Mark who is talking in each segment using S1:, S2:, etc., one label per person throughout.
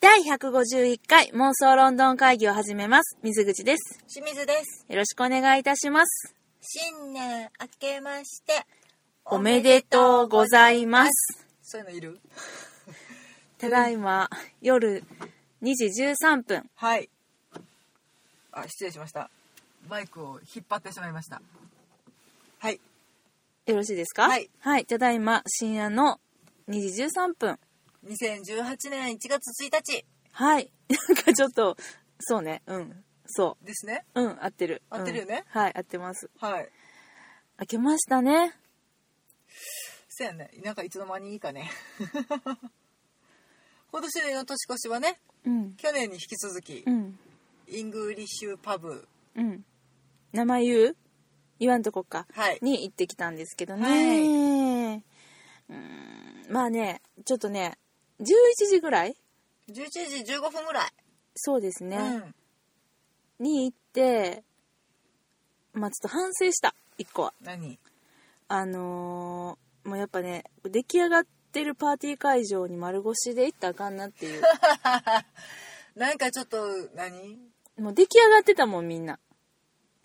S1: 第151回妄想ロンドン会議を始めます。水口です。
S2: 清水です。
S1: よろしくお願いいたします。
S2: 新年明けまして、
S1: おめでとうございます。
S2: す。そういうのいる
S1: ただいま、夜2時13分。
S2: はい。あ、失礼しました。マイクを引っ張ってしまいました。はい。
S1: よろしいですか
S2: はい。
S1: はい。ただいま、深夜の2時13分。
S2: 2018年1月1日
S1: はい。 なんかちょっと、そうね。うん。そ
S2: ですね。
S1: う。うん、合ってる。
S2: 合ってるよね
S1: うんはい、合ってます。
S2: はい。
S1: 明けましたね。
S2: そうやね。なんかいつの間にいいかね。 今年の年越しはね、
S1: うん。
S2: 去年に引き続き
S1: う、ん。
S2: イングリッシュパブ。
S1: うん。名前言う言わんとこか。
S2: はい。
S1: に行ってきたんですけどね、
S2: は
S1: うーんまあねちょっとね11時ぐらい
S2: 11時15分ぐらい。
S1: そうです
S2: う
S1: ね、
S2: ん。
S1: に行ってまあちょっと反省した一個は
S2: 何
S1: あのーもうやっぱね出来上がってるパーティー会場に丸腰で行ったらあかんなって いう
S2: なんかちょっと何
S1: もう出来上がってたもんみんな、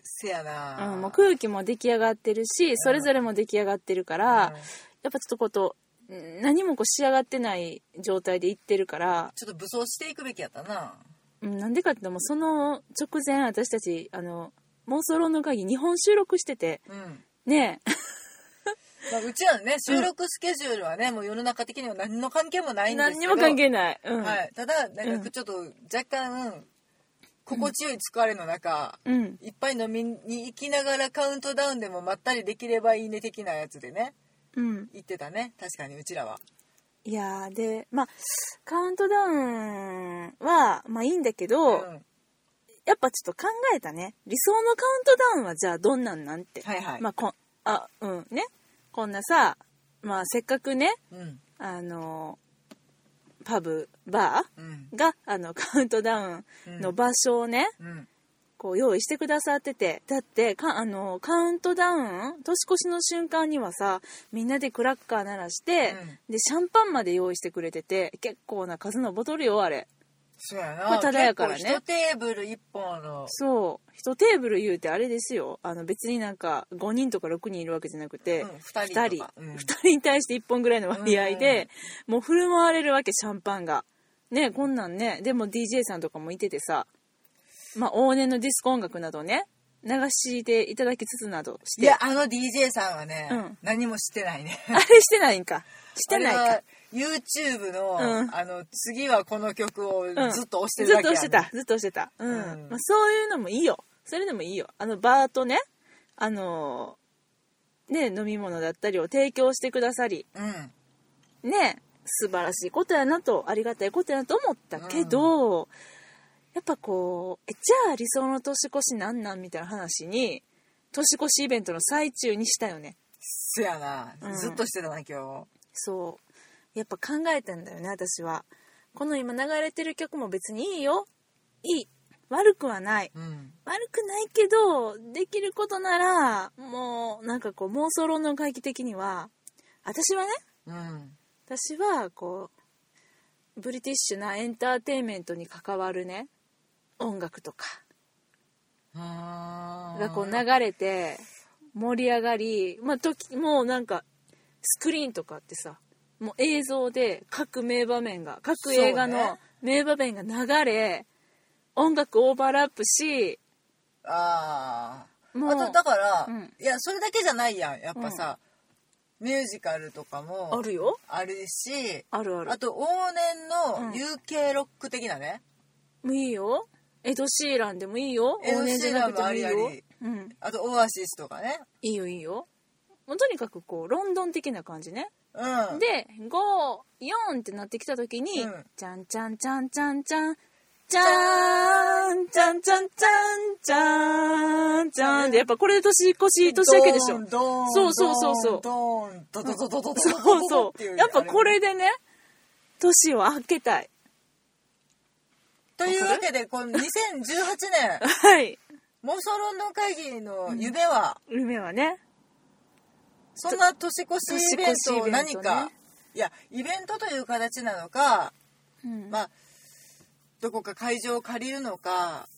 S2: せやな、
S1: うん、もう空気も出来上がってるしそれぞれも出来上がってるから、
S2: うん
S1: やっぱちょっとことうん何もこう仕上がってない状態で行ってるから
S2: ちょっと武装していくべきやったな
S1: うんなんでかっていうともうその直前私たちあの妄想論の会議2本収録してて
S2: うん、
S1: ねえ
S2: まあ、うちらのね収録スケジュールはね、もう世の中的には何の関係もないんです
S1: 何
S2: け
S1: に
S2: ど
S1: も関係ない、うん
S2: はい、ただなん
S1: う
S2: か
S1: ん
S2: ちょっと若干心地よい疲れの中、
S1: うん、
S2: いっぱい飲みに行きながらカウントダウンでもまったりできればいいね的なやつでね
S1: うん、
S2: 言ってたね確かにうちらはい
S1: やーでまあカウントダウンはまあいいんだけど、
S2: ん、
S1: やっぱちょっと考えたね理想のカウントダウンはじゃあどんなんなんて、
S2: はいはい、
S1: まあこんあうんねこんなさまあせっかくね
S2: うん
S1: あのパブバ
S2: うん
S1: ーがあのカウントダウンの場所をね、
S2: うん
S1: こう用意してくださっててだってかあのカウントダウン年越しの瞬間にはさみんなでクラッカー鳴らして、でシャンパンまで用意してくれてて結構な数のボトルよあれ
S2: そうや
S1: ま
S2: な
S1: あただやからね
S2: 結構一テーブル一本の
S1: そう一テーブル言うてあれですよあの別になんか5人とか6人いるわけじゃなくて、
S2: うん
S1: 2
S2: 2
S1: 人
S2: 人とかうん
S1: 2人に対して1本ぐらいの割合で、もう振る舞われるわけシャンパンがねこんなんねでも DJ さんとかもいててさまあ往年のディスコ音楽などね流していただきつつなどして
S2: いや、あの DJ さんはね、
S1: うん
S2: 何もしてないね。
S1: あれしてないんかしてない
S2: あれ
S1: か
S2: は YouTube の、
S1: うん
S2: あの、次はこの曲をず
S1: う
S2: っ
S1: ん
S2: と押して
S1: ず
S2: る
S1: っ
S2: だ
S1: と押
S2: けや、ね
S1: してたずっと押してたうん、
S2: うん
S1: まあ、そういうのもいいよそれでもいいよあのバーとねあのーね飲み物だったりを提供してくださり
S2: うん。
S1: ね素晴らしいことやなとありがたいことやなと思ったけど、やっぱこうえじゃあ理想の年越しなんなんみたいな話に年越しイベントの最中にしたよね
S2: そやな、
S1: うん
S2: ずっとしてたな、今
S1: そうやっぱ考えたんだよね私はこの今流れてる曲も別にいいよいい悪くはない
S2: 日。うん。
S1: 悪くないけどできることならもうなんかこう妄想論の会議的には私はね
S2: うん。
S1: 私はこうブリティッシュなエンターテインメントに関わるね音楽とかが
S2: が
S1: こう流れて盛り上がり、まあ、時もうなんかスクリーンとかってさもう映像で各名場面が各映画
S2: そう
S1: の
S2: ね
S1: 名場面が流れ音楽オーバーラップし
S2: ああ。
S1: もう
S2: あと、だから、
S1: うん
S2: いや、それだけじゃないやん。やっぱさ、ミュージカルとか
S1: あ
S2: も
S1: るよ
S2: あるし、
S1: あるある
S2: あと、往
S1: うん
S2: 年の UK ロック的なね。
S1: もういいよエド・シーランでもいいよ
S2: エド
S1: 往年じゃなくてもいい
S2: シーランも
S1: よ
S2: ありあり
S1: うん
S2: あと、オアシスとかね。
S1: いいよいいよもうとにかくこうロンドン的な感じね
S2: うん。
S1: で54ってなってきた時に
S2: うん
S1: 「ちゃんちゃんちゃんちゃんちゃんちゃーんちゃんちゃんちゃんちゃんちゃん」でやっぱこれで年越し年明けでしょ
S2: ょ
S1: そうそうそうそう
S2: ドーンドドドドドドドド
S1: そう
S2: ドド
S1: そ
S2: っていうう
S1: やっぱこれでね年を明けたい
S2: というわけでこの2018年
S1: はい
S2: 妄想論の会議の夢は、
S1: 夢はね
S2: そんな年越しイベント
S1: 年越し
S2: を
S1: イベン
S2: 何
S1: トね
S2: かいやイベントという形なのか、
S1: うん
S2: まあどこか会場を借りるのか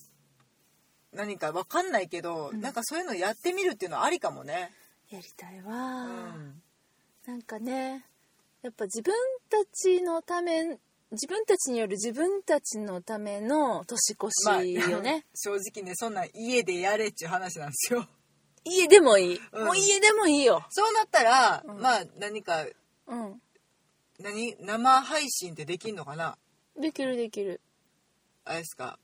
S2: 何か分かんないけど、
S1: うん
S2: なんかそういうのやってみるっていうのはありかもね。
S1: やりたいうわ、
S2: ん
S1: なんかねやっぱ自分たちのため自分たちによる自分たちのための年越しよね、
S2: 正直ねそんなん家でやれっちゅう話なんですよ。
S1: 家でもいい、
S2: うん
S1: もう家でもいいよ
S2: そうなったら、
S1: うん
S2: まあ何か
S1: うん
S2: 何生配信ってできんのかな
S1: できるできる
S2: あれですか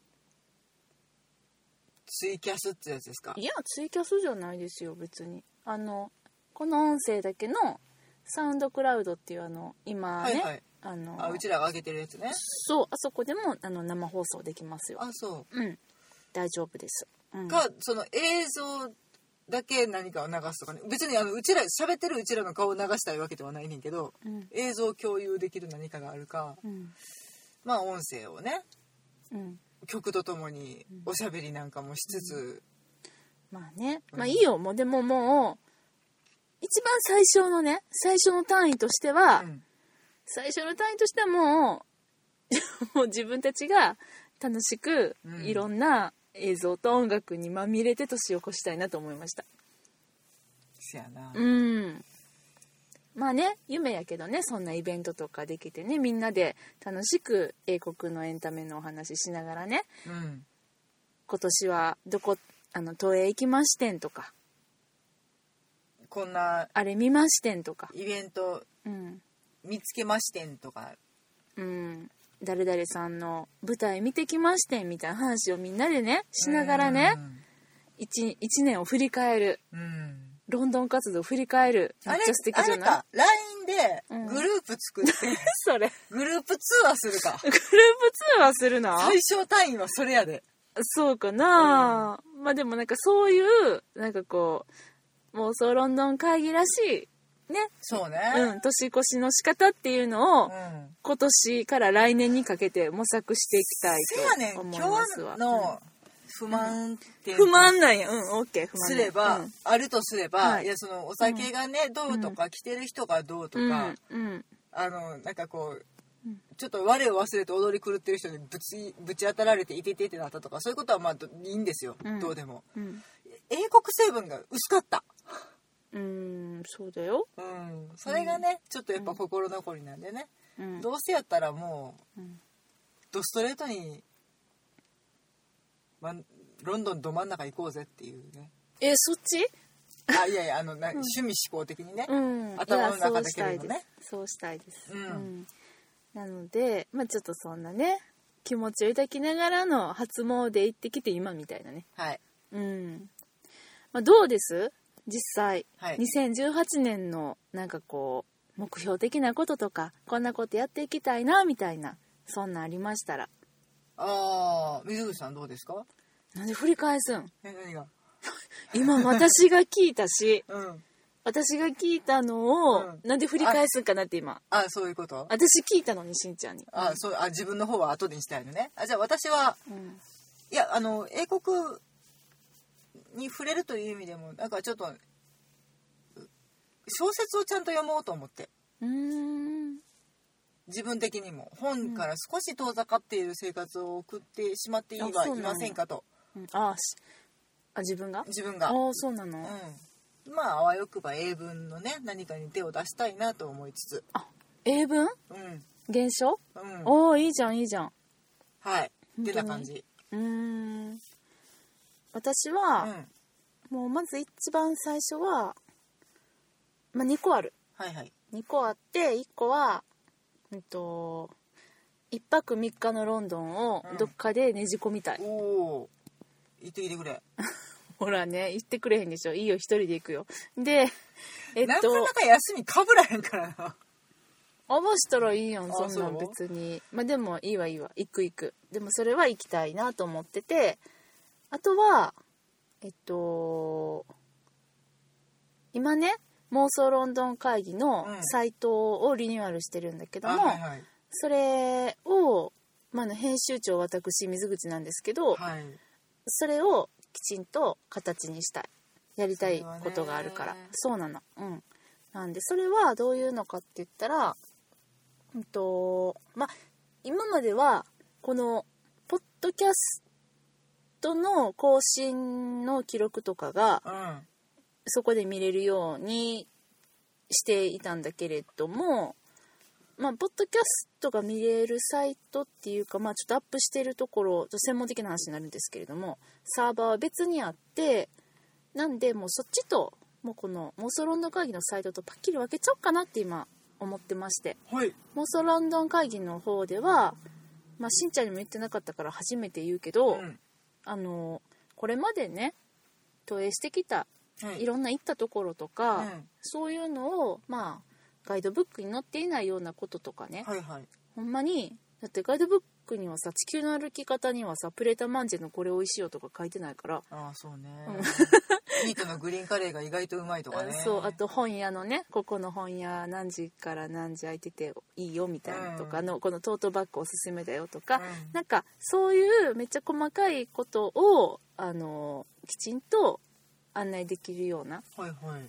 S2: ツイキャスってやつですか
S1: いやツイキャスじゃないですよ別にあのこの音声だけのサウンドクラウドっていうあの今ね、
S2: はいはい
S1: あの
S2: あうちらが上げてるやつね
S1: そうあそこでもあの生放送できますよ
S2: あそ
S1: うん大丈夫です、うん
S2: うかその映像だけ何かを流すとかね別にあのうちら喋ってるうちらの顔を流したいわけではないねんけど
S1: うん
S2: 映像を共有できる何かがあるか
S1: うん
S2: まあ音声をね
S1: うん
S2: 曲とともにおしゃべりなんかもしつつ、
S1: まあね、
S2: うん
S1: まあいいよもうでももう一番最初のね最初の単位としては、
S2: うん
S1: 最初の単位としてはもう もう自分たちが楽しく
S2: うん
S1: いろんな映像と音楽にまみれて年を越したいなと思いました
S2: せやな、
S1: うんまあね夢やけどねそんなイベントとかできてねみんなで楽しく英国のエンタメのお話ししながらね
S2: うん
S1: 今年はどこあの東映行きましてんとか
S2: こんな
S1: あれ見ましてんとか
S2: イベント
S1: うん
S2: 見つけましてんとか
S1: うん、誰々さんの舞台見てきましてんみたいな話をみんなでねしながらね一一年を振り返る
S2: うん、うん
S1: ロンドン活動を振り返るめ
S2: あ
S1: っ
S2: れ
S1: ちゃ素敵じゃない
S2: あれか LINE でグループ 作って、
S1: それ
S2: グループ通話するか
S1: グループ通話するの
S2: 最小単位はそれやで
S1: そうかな、まあでもなんかそういうなんかこう妄想ロンドン会議らしいね、
S2: そうね
S1: うん、年越しの仕方っていうのを、
S2: うん
S1: 今年から来年にかけて模索していきたい
S2: せやねん
S1: と思い
S2: 今
S1: ますわ
S2: 日。の不満点
S1: 不満なんや。うん、オッケー、不満
S2: すれば、
S1: うん
S2: あるとすれば、
S1: はい
S2: い、やそのお酒がねどうとか、着てる人がどうとか、
S1: うんうん
S2: あのなんかこう
S1: うん
S2: ちょっと我を忘れて踊り狂ってる人にぶちぶち当たられていててってなったとかそういうことはまあどいいんですよ、
S1: うん
S2: どうでも
S1: うん
S2: 英国成分が薄かった、
S1: うんそうだよ、
S2: うん、それがねちょっとやっぱ心残りなんでね、
S1: うん
S2: どうせやったらもう
S1: うん
S2: ドストレートに、ま、ロンドンど真ん中行こうぜっていう ね
S1: えそっち
S2: あいやいやあのな趣味思考的にね、
S1: うん
S2: 頭の中
S1: いや
S2: だけでもね
S1: そうしたいですそうしたいです、
S2: うん
S1: なのでまあちょっとそんなね気持ちを抱きながらの初詣行ってきて今みたいなね
S2: はい
S1: うん、まあ、どうです実際、
S2: はい
S1: 2018年のなんかこう目標的なこととかこんなことやっていきたいなみたいなそんなんありましたら
S2: ああ水口さんどうですか
S1: なんで振り返すん
S2: え何が
S1: 今私が聞いたし
S2: うん
S1: 私が聞いたのを、
S2: う
S1: なんで振り返すんかなって今
S2: あそういうこと
S1: 私聞いたのにしんちゃんに
S2: あそうあ自分の方は後でにしたいのねあじゃあ私は
S1: うん
S2: いやあの英国に触れるという意味でもなんかちょっとう小説をちゃんと読もうと思って
S1: うーん
S2: 自分的にも本から少し遠ざかっている生活を送ってしまっていは
S1: あそう
S2: い
S1: なんや
S2: ませんかと
S1: うんあしあ自分が
S2: 自分
S1: あ
S2: が、
S1: あそうなの、
S2: うん、まああわよくば英文のね何かに手を出したいなと思いつつ
S1: あ英文
S2: うん
S1: 現象、
S2: うん
S1: おおいいじゃんいいじゃん
S2: はい
S1: 当に
S2: てな感じ
S1: うーん私
S2: うん
S1: は、もうまず一番最初は、まあ、2個ある
S2: はいはい
S1: 2個あって1個はうんと1泊3日のロンドンをどっかでねじ込みたい、
S2: おお行ってきてくれ
S1: ほらね行ってくれへんでしょいいよ一人で行くよでえっ
S2: なか
S1: と
S2: なか休みかぶらへんからな。
S1: 合わしたらいいやん
S2: あ
S1: そんなん
S2: そう
S1: 別にまあでもいいわいいわ行く行くでもそれは行きたいなと思っててあとはえっと今ね妄想ロンドン会議の
S2: うん
S1: サイトをリニューアルしてるんだけど
S2: あ
S1: も、
S2: はいはい。
S1: それを、まああの、編集長私水口なんですけど、
S2: はい。
S1: それをきちんと形にしたいやりたい
S2: それはね
S1: ことがあるからそうなのうんなんでそれはどういうのかって言ったらうんとまあ今まではこのドキャストの更新の記録とかが
S2: うん
S1: そこで見れるようにしていたんだけれどもまあポッドキャストが見れるサイトっていうかまあちょっとアップしてるところちょっと専門的な話になるんですけれどもサーバーは別にあってなんでもうそっちともうこの妄想ロンドン会議のサイトとパッキリ分けちゃおうかなって今思ってまして
S2: はい
S1: 妄想ロンドン会議の方では、まあ、しんちゃんにも言ってなかったから初めて言うけど、
S2: うん
S1: あのこれまでね投影してきた
S2: はい
S1: ろんな行ったところとか、
S2: うん
S1: そういうのをまあガイドブックに載っていないようなこととかね、
S2: はいはい
S1: ほんまにだってガイドブックにはさ地球の歩き方にはさプレータマンジェのこれ美味しいよとか書いてないから、
S2: ああそうね、 ミートのグリーンカレーが意外とうまいとかね
S1: そうあと本屋のねここの本屋何時から何時空いてていいよみたいなとかの、このトートバッグおすすめだよとか、
S2: うん
S1: なんかそういうめっちゃ細かいことをあのきちんと案内できるような
S2: はいはい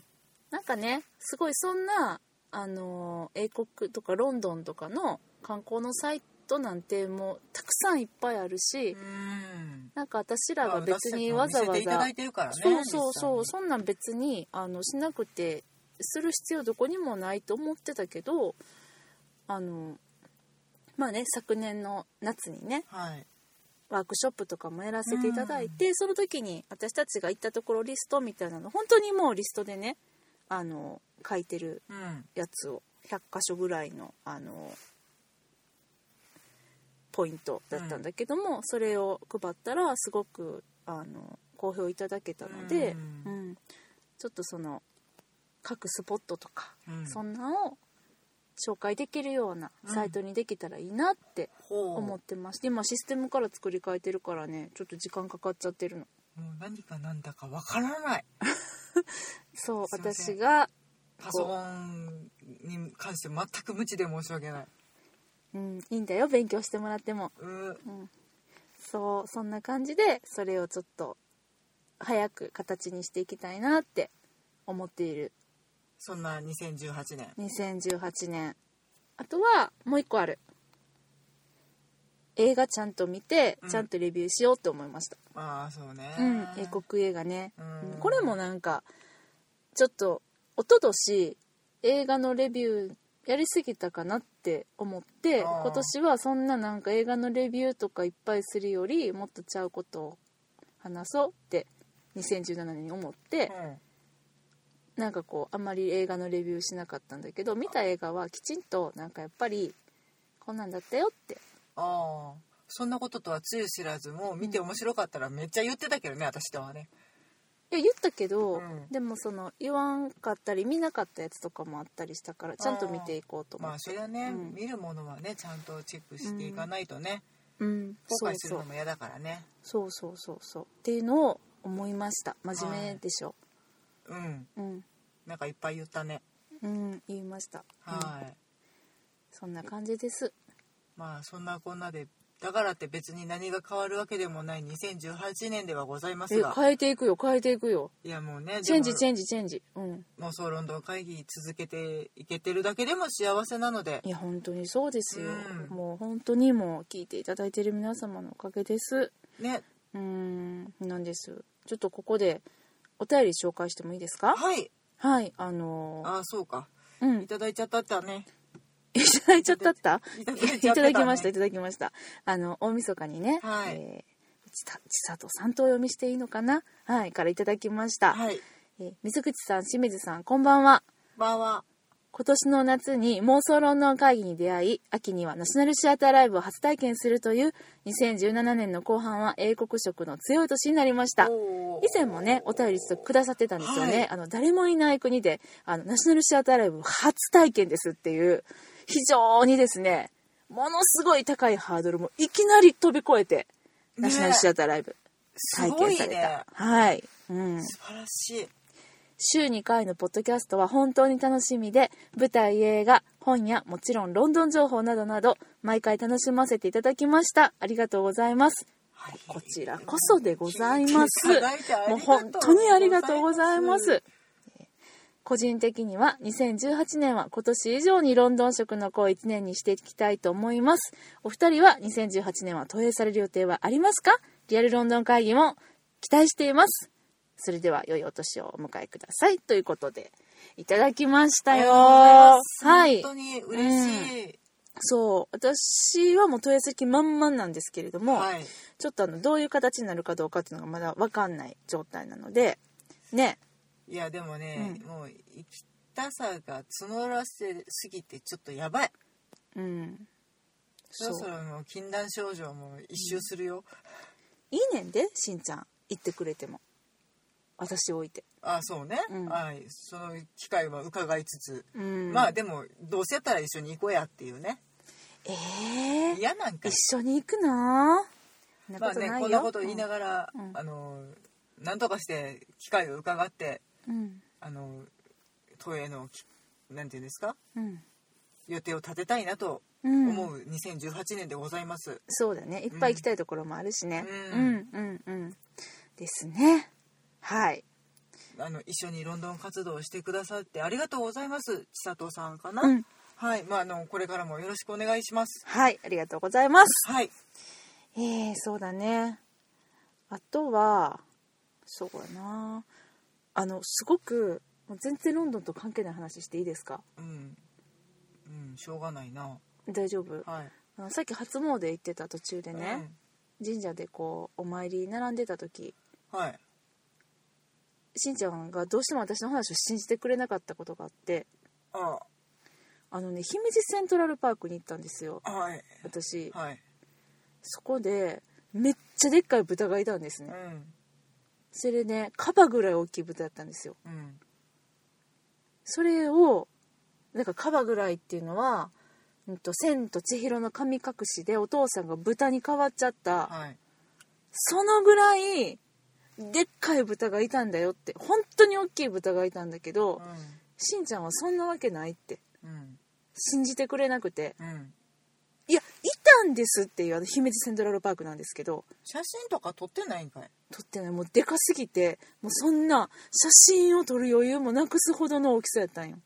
S1: なんかねすごいそんなあの英国とかロンドンとかの観光のサイトなんてもうたくさんいっぱいあるし、
S2: うん
S1: なんか私らが別にわざわ
S2: まあ私たちも見せていた
S1: ざ、
S2: だいてるからね
S1: そうそうそう
S2: 実際
S1: そんなん別にあのしなくてする必要どこにもないと思ってたけどあのまあね昨年の夏にね
S2: にはい
S1: ワークショップとかもやらせていただいて、その時に私たちが行ったところリストみたいなの本当にもうリストでねあの書いてる
S2: うん
S1: やつを100箇所ぐらいのあのポイントだったんだけども、それを配ったらすごくあの好評いただけたので、
S2: う
S1: うんちょっとその各スポットとか、
S2: うん
S1: そんなを紹介できるようなサイトにできたらいいなって
S2: ほう
S1: 思ってまして、今システムから作り変えてるからねちょっと時間かかっちゃってるの。
S2: もう何かなんだかわからない
S1: そう
S2: すいません
S1: 私が
S2: パソコンに関して全く無知で申し訳ない
S1: うん、いいんだよ勉強してもらっても
S2: うー
S1: そうそんな感じでそれをちょっと早く形にしていきたいなって思っている
S2: そんな2018年
S1: 2018年あとはもう一個ある映画ちゃんと見て
S2: うん
S1: ちゃんとレビューしようって思いました、
S2: まあそうね
S1: うん英国映画ね、
S2: うん
S1: うんこれもなんかちょっと一昨年映画のレビューやりすぎたかなって思って
S2: あー
S1: 今年はそんななんか映画のレビューとかいっぱいするよりもっとちゃうことを話そうって2017年に思って、
S2: うん
S1: なんかこうあんまり映画のレビューしなかったんだけど見た映画はきちんとなんかやっぱりこんなんだったよって
S2: ああそんなこととはつゆ知らずもう見て面白かったらめっちゃ言ってたけどね私とはね
S1: いや言ったけど、
S2: うん
S1: でもその言わんかったり見なかったやつとかもあったりしたからちゃんと見ていこうと思
S2: ま
S1: っ
S2: あ
S1: て、
S2: それはね、
S1: うん
S2: 見るものはねちゃんとチェックしていかないとね、
S1: うんそ
S2: 後
S1: う
S2: 悔する
S1: そう
S2: のも嫌だからね
S1: そうそうそうそうっていうのを思いました真面目でしょ、
S2: うん
S1: うん
S2: なんかいっぱい言ったね
S1: うん言いました、うん
S2: はい、
S1: そんな感じです
S2: まあそんなこんなでだからって別に何が変わるわけでもない2018年ではございます
S1: え
S2: が
S1: 変えていくよ変えていくよ
S2: いやもうね
S1: チェンジチ
S2: ェン
S1: ェンジチェンジうん
S2: 妄想ロンドン会議続けていけてるだけでも幸せなので
S1: いや本当にそうですよ、
S2: うん
S1: もう本当にもう聞いていただいてる皆様のおかげです
S2: ね
S1: うーんなんですちょっとここでお便り紹介してもいいですか
S2: はい
S1: はいあのー
S2: ああそうか
S1: うん
S2: いただいちゃったったね
S1: いただいちゃったった
S2: い
S1: い
S2: た
S1: た
S2: だいちゃったね
S1: だきましたいただきましたあの大晦日にね、
S2: はい
S1: えーちたちさとさんとお読みしていいのかなはいからいただきました、
S2: はい
S1: えー水口さん清水さんこんばんは
S2: ばんは
S1: 今年の夏に妄想論の会議に出会い秋にはナショナルシアターライブを初体験するという2017年の後半は英国色の強い年になりました
S2: おー
S1: 以前もねお便りちょっとくださってたんですよね、
S2: はい
S1: あの誰もいない国であのナショナルシアターライブ初体験ですっていう非常にですねものすごい高いハードルもいきなり飛び越えて、ナショナルシアターライブ
S2: す
S1: 体
S2: ご
S1: 験
S2: い
S1: された、
S2: ね
S1: はい、うん、
S2: 素晴らしい
S1: 週2回のポッドキャストは本当に楽しみで舞台映画本やもちろんロンドン情報などなど毎回楽しませていただきましたありがとうございます
S2: はい
S1: こちらこそでございます
S2: 聞いていただいてありがとうございます
S1: もう本当にありがとうございます。個人的には2018年は今年以上にロンドン食の子を1年にしていきたいと思います。お二人は2018年は投影される予定はありますかリアルロンドン会議も期待しています。それでは良いお年をお迎えください。ということで、いただきましたよ。は
S2: 本
S1: い。
S2: 当に嬉しい。
S1: そう。私はもう投影する気満々なんですけれども、
S2: はい。
S1: ちょっとあの、どういう形になるかどうかっていうのがまだわかんない状態なので、ね。
S2: いやでもね、
S1: う
S2: もう行きたさが募らせすぎてちょっとやばい。
S1: うん。
S2: そろそろもう禁断症状も一周するよ。
S1: いいねんでしんちゃん言ってくれても私置いて
S2: あ、そうね、
S1: うん
S2: はい。その機会は伺いつつ、
S1: うん
S2: まあでもどうせやったら一緒に行こうやっていうね。
S1: ええ
S2: 嫌なんかい。
S1: 一緒に行くのそんな
S2: ま
S1: こ
S2: あ
S1: とないよ、
S2: ねこんなこと言いながら、
S1: うん
S2: あのなんとかして機会を伺って
S1: うん
S2: あの都営のきなんていうんですか
S1: うん
S2: 予定を立てたいなと
S1: うん
S2: 思う2018年でございます。
S1: そうだねいっぱい行きたいところもあるしね、
S2: うん
S1: うんうんうんですねはい
S2: あの一緒にロンドン活動をしてくださってありがとうございます千里さんかな、
S1: うん
S2: はいまああのこれからもよろしくお願いします
S1: はいありがとうございます
S2: はい
S1: えー、そうだねあとはそうやなあのすごくもう全然ロンドンと関係ない話していいですか
S2: うんうんしょうがないな
S1: 大丈夫
S2: はい
S1: あのさっき初詣行ってた途中でね、、神社でこうお参り並んでた時
S2: うんはい
S1: しんちゃんがどうしても私の話を信じてくれなかったことがあって
S2: あ
S1: あのね姫路セントラルパークに行ったんですよ
S2: はい
S1: 私
S2: はい
S1: そこでめっちゃでっかい豚がいたんです
S2: う
S1: ね
S2: ん
S1: それでねカバぐらい大きい豚だったんですよ
S2: うん
S1: それをなんかカバぐらいっていうのは「うんと千と千尋の神隠し」でお父さんが豚に変わっちゃった
S2: はい
S1: そのぐらいでっかい豚がいたんだよって本当に大きい豚がいたんだけどしんちゃんはそんなわけないって
S2: うんうん
S1: 信じてくれなくて
S2: うん
S1: いやいたんですっていうあの姫路セントラルパークなんですけど
S2: 写真とか撮ってないんかい
S1: 撮ってないもうでかすぎてもうそんな写真を撮る余裕もなくすほどの大きさやったんよ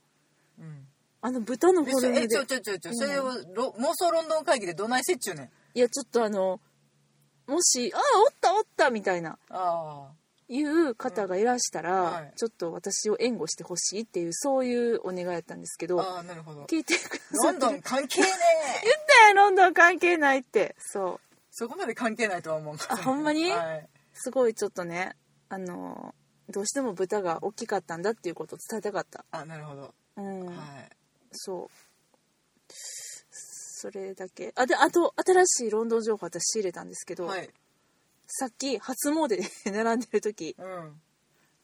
S2: うん
S1: あの豚の
S2: え
S1: フォ
S2: そ
S1: ルム
S2: え
S1: で
S2: ちょちょちょちょそれをロ妄想ロンドン会議でどないせっちゅうねん
S1: いやちょっとあのもし「ああおったおった」みたいな
S2: あ
S1: いう方がいらしたら、
S2: うんはい
S1: ちょっと私を援護してほしいっていうそういうお願いやったんですけ
S2: ー
S1: ど
S2: あーなるほど
S1: 聞いてくださっ
S2: ロン
S1: て
S2: ドン関係ねえ
S1: ねえロンドン関係ないってそう
S2: そこまで関係ないとは思う
S1: あほんまに
S2: はい
S1: すごいちょっとねあのどうしても豚が大きかったんだっていうことを伝えたかった
S2: あなるほど
S1: うん、
S2: はい。
S1: そうそれだけあであと新しいロンドン情報私仕入れたんですけど、
S2: はい。
S1: さっき初詣で 並んでる時、
S2: うん。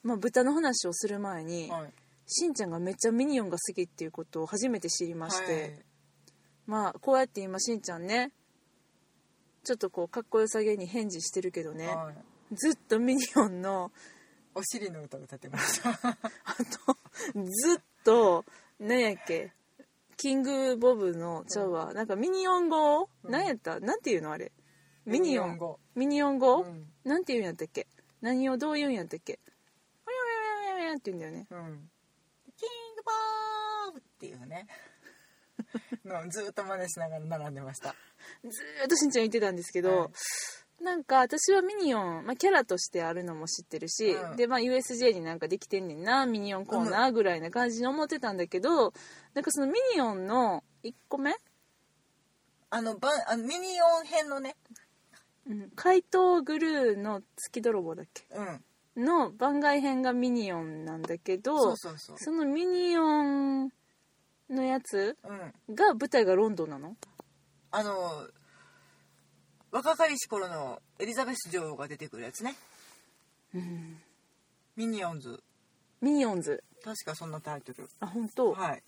S1: まあ、豚の話をする前に、
S2: はい。
S1: しんちゃんがめっちゃミニオンが好きっていうことを初めて知りまして、まあこうやって今しんちゃんねちょっとこうかっこよさげに返事してるけどね、
S2: はい。はい。
S1: ずっとミニオンの
S2: お尻の歌歌ってました。
S1: あとずっと何やっけキングボブのちゃうわ、なんかミニオン語、
S2: うん
S1: 何やったなんていうのあれ ミニオン
S2: 語。
S1: ミニオン語、
S2: うん
S1: なんていうんやったっけ何をどう言うんやったっけウィャウィャウィャウィャウィャって言うんだよね
S2: うん。キングボーブっていうね。のずっと真似しながら並んでました。
S1: ずーっとしんちゃん言ってたんですけど、
S2: は
S1: なんか私はミニオン、まあ、キャラとしてあるのも知ってるし、
S2: うん
S1: でまあ USJ になんかできてんねんなミニオンコーナーぐらいな感じに思ってたんだけど、なんかそのミニオンの1個目、
S2: あの、ば、あのミニオン編のね。
S1: うん、怪盗グルーの月泥棒だっけ
S2: うん。
S1: の番外編がミニオンなんだけど
S2: そうそうそう。
S1: そのミニオンのやつ
S2: うん。
S1: が舞台がロンドンなの
S2: あの。若かりし頃のエリザベス女王が出てくるやつね。ミニオンズ。
S1: ミニオンズ
S2: 確かそんなタイトル。
S1: あ本当、
S2: はい。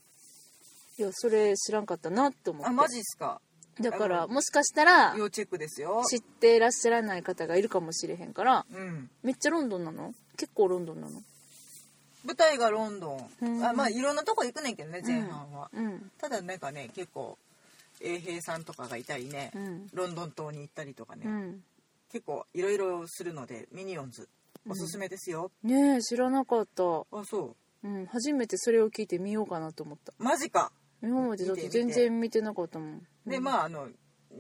S1: い、やそれ知らんかったなって思って
S2: あ、マジっすか。
S1: だから
S2: あの
S1: もしかしたら
S2: 要チェックですよ。
S1: 知ってらっしゃらない方がいるかもしれへんから
S2: うん。
S1: めっちゃロンドンなの結構ロンドンなの
S2: 舞台がロンドン、
S1: うん
S2: あまあいろんなとこ行くねんけどね前半は、
S1: うん
S2: ただなんかね結構衛兵さんとかがいたりね、
S1: うん
S2: ロンドン島に行ったりとかね、
S1: うん
S2: 結構いろいろするのでミニオンズおすすめですよ、
S1: ねえ知らなかった
S2: あそう
S1: うん、初めてそれを聞いてみようかなと思った
S2: マジか
S1: 今までだって全然見てなかったもん
S2: でまああの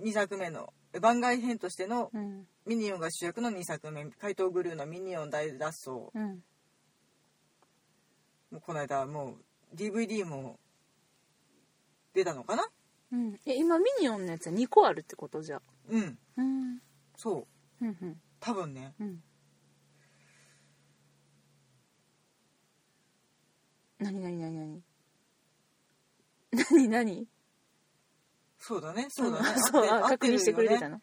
S2: 2作目の番外編としての
S1: うん
S2: ミニオンが主役の2作目怪盗グルーのミニオン大脱走も
S1: うん
S2: うこの間もう DVD も出たのかな
S1: うんえ今ミニオンのやつは2個あるってことじゃ
S2: うん
S1: うん
S2: そ
S1: う
S2: う
S1: んうん
S2: 多分ね
S1: うん何何何何 何何
S2: そうだねそうだね
S1: そ
S2: 合って
S1: うあ
S2: 合って
S1: 確認
S2: るよね
S1: してくれてたの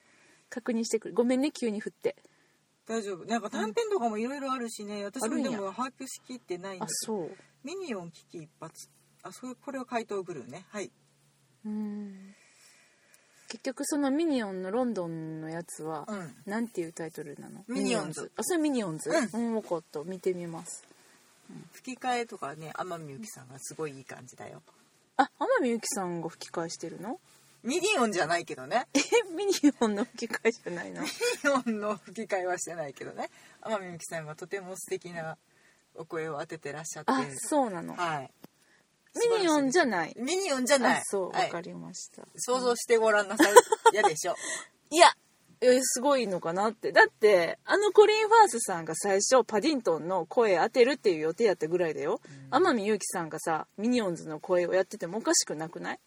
S1: 確認してくれごめんね急に振って
S2: 大丈夫なんか短編とかもいろいろあるしね私
S1: ある
S2: も
S1: ん
S2: で
S1: や
S2: も把握しきってないん
S1: あ
S2: です
S1: そう
S2: ミニオン危機一髪あそれこれは怪盗グルーねはい
S1: うん結局そのミニオンのロンドンのやつは、
S2: うん
S1: なんていうタイトルなの
S2: ミニオンズ
S1: あそれミニオンズ
S2: う
S1: うん分かった見てみます
S2: 吹き替えとかね天海祐希さんがすごいいい感じだよ
S1: あ天海祐希さんが吹き替えしてるの
S2: ミニオンじゃないけどね
S1: えミニオンの吹き替えじゃないの
S2: ミニオンの吹き替えはしてないけどね天海祐希さんがとても素敵なお声を当ててらっしゃって
S1: あそうなの
S2: はい
S1: ミニオンじゃない
S2: ミニオンじゃない
S1: あそう
S2: は
S1: わ
S2: い
S1: かりました、
S2: 想像してごらんなさい嫌で しょ
S1: いやえすごいのかなってだってあのコリン・ファースさんが最初パディントンの声当てるっていう予定やったぐらいだよ、天海祐希さんがさミニオンズの声をやっててもおかしくなくない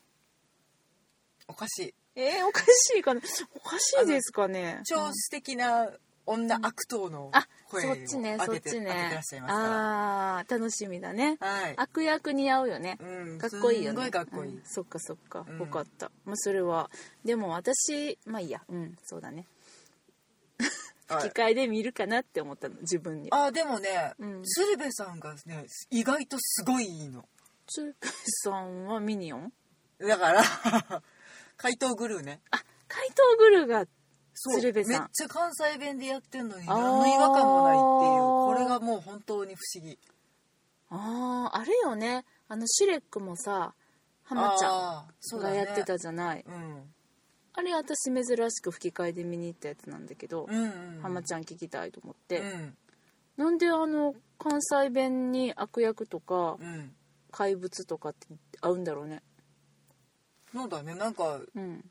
S2: おかしい
S1: えーおかしいかなおかしいですかね
S2: 超素敵な女悪党の
S1: あ
S2: 声
S1: そ
S2: を
S1: っちね
S2: 当
S1: そって
S2: て
S1: ち
S2: 当てて
S1: ね
S2: らっしゃいますか
S1: あー楽しみだね、
S2: らはい
S1: 悪役似合うよね、
S2: うん
S1: かっこいいよね
S2: すんごいかっこいい
S1: うんそっかそっか、
S2: うん
S1: よかった、まあ、それはでも私まあいいやうんそうだね
S2: はい
S1: 吹き替えで見るかなって思ったの自分に
S2: あでもね、
S1: うん
S2: 鶴瓶さんがね意外とすごいいいの
S1: つーくんさんはミニオン
S2: だから 怪盗グルーね
S1: あ怪盗グルーが
S2: そう
S1: 鶴瓶さん
S2: めっちゃ関西弁でやってんのに
S1: あー
S2: 何の違和感もないっていうこれがもう本当に不思議
S1: あああれよねあのシュレックもさハマちゃ
S2: あーそ
S1: ん
S2: うだ
S1: が
S2: ね
S1: やってたじゃない、
S2: うん
S1: あれ私珍しく吹き替えで見に行ったやつなんだけど、
S2: うんうん
S1: ハマちゃん聞きたいと思って、
S2: うん
S1: なんであの関西弁に悪役とか
S2: うん
S1: 怪物とかって合うんだろうね
S2: そうだねなんか
S1: うん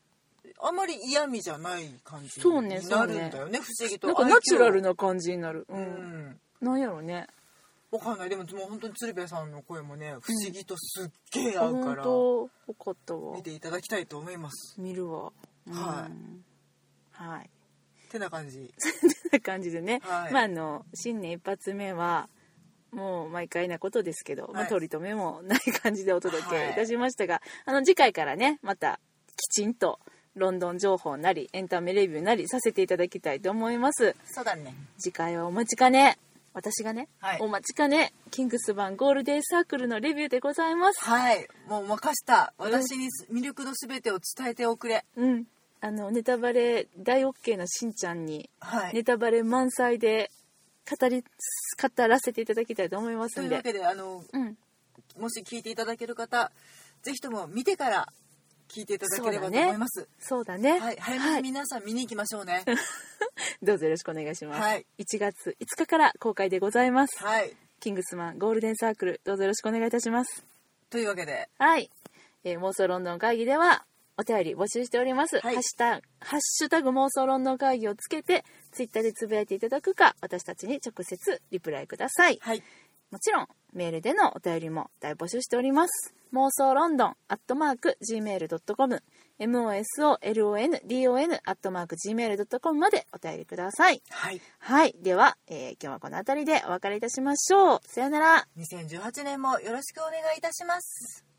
S2: あんまり嫌味じゃない感じ
S1: そうね
S2: になるんだよね不思議と
S1: なんか
S2: 愛嬌
S1: ナチュラルな感じになるう、
S2: うんん
S1: なんやろね
S2: わかんないでももう本当に鶴瓶さんの声もね不思議とすっげえ
S1: あ
S2: 合うか
S1: 本
S2: ら
S1: 当よかったわ
S2: 見ていただきたいと思います
S1: 見るわ、うん、
S2: はい
S1: はい
S2: てな感じ
S1: そんな感じでね、
S2: はい
S1: まああの新年一発目はもう毎回なことですけど、ま
S2: は
S1: あ
S2: い
S1: 取り留めもない感じでお届けいたしましたが、あの次回からねまたきちんとロンドン情報なりエンタメレビューなりさせていただきたいと思います
S2: そうだね
S1: 次回はお待ちかね私がね、
S2: はい
S1: お待ちかねキングス版ゴールデンサークルのレビューでございます
S2: はいもう任した私に魅力のすべてを伝えておくれ
S1: うんあのネタバレ大 OK のしんちゃんに
S2: はい
S1: ネタバレ満載で語り語らせていただきたいと思いま
S2: と
S1: す
S2: い
S1: ん
S2: うわ
S1: で
S2: けであの
S1: うん、
S2: もし聞いていただける方ぜひとも見てから聞いていただければ
S1: そうだ
S2: と
S1: ね
S2: 思います、
S1: そうだね。
S2: はい早めに皆さん見に行きましょうね
S1: どうぞよろしくお願いします。
S2: はい
S1: 1月5日から公開でございます。
S2: はい
S1: キングスマンゴールデンサークル、どうぞよろしくお願いいたします。
S2: というわけで
S1: はい。えー妄想ロンドン会議では、お便り募集しております。
S2: はい
S1: ハッシュタグ、ハッシュタグ妄想ロンドン会議をつけて、ツイッターでつぶやいていただくか、私たちに直接リプライください。
S2: はい
S1: もちろん、メールでのお便りも大募集しております。妄想ロンドン、アットマーク、gmail.com、mosolondon、アットマーク、gmail.com までお便りください。
S2: はい
S1: はい。では、えー今日はこの辺りでお別れいたしましょう。さよなら。
S2: 2018年もよろしくお願いいたします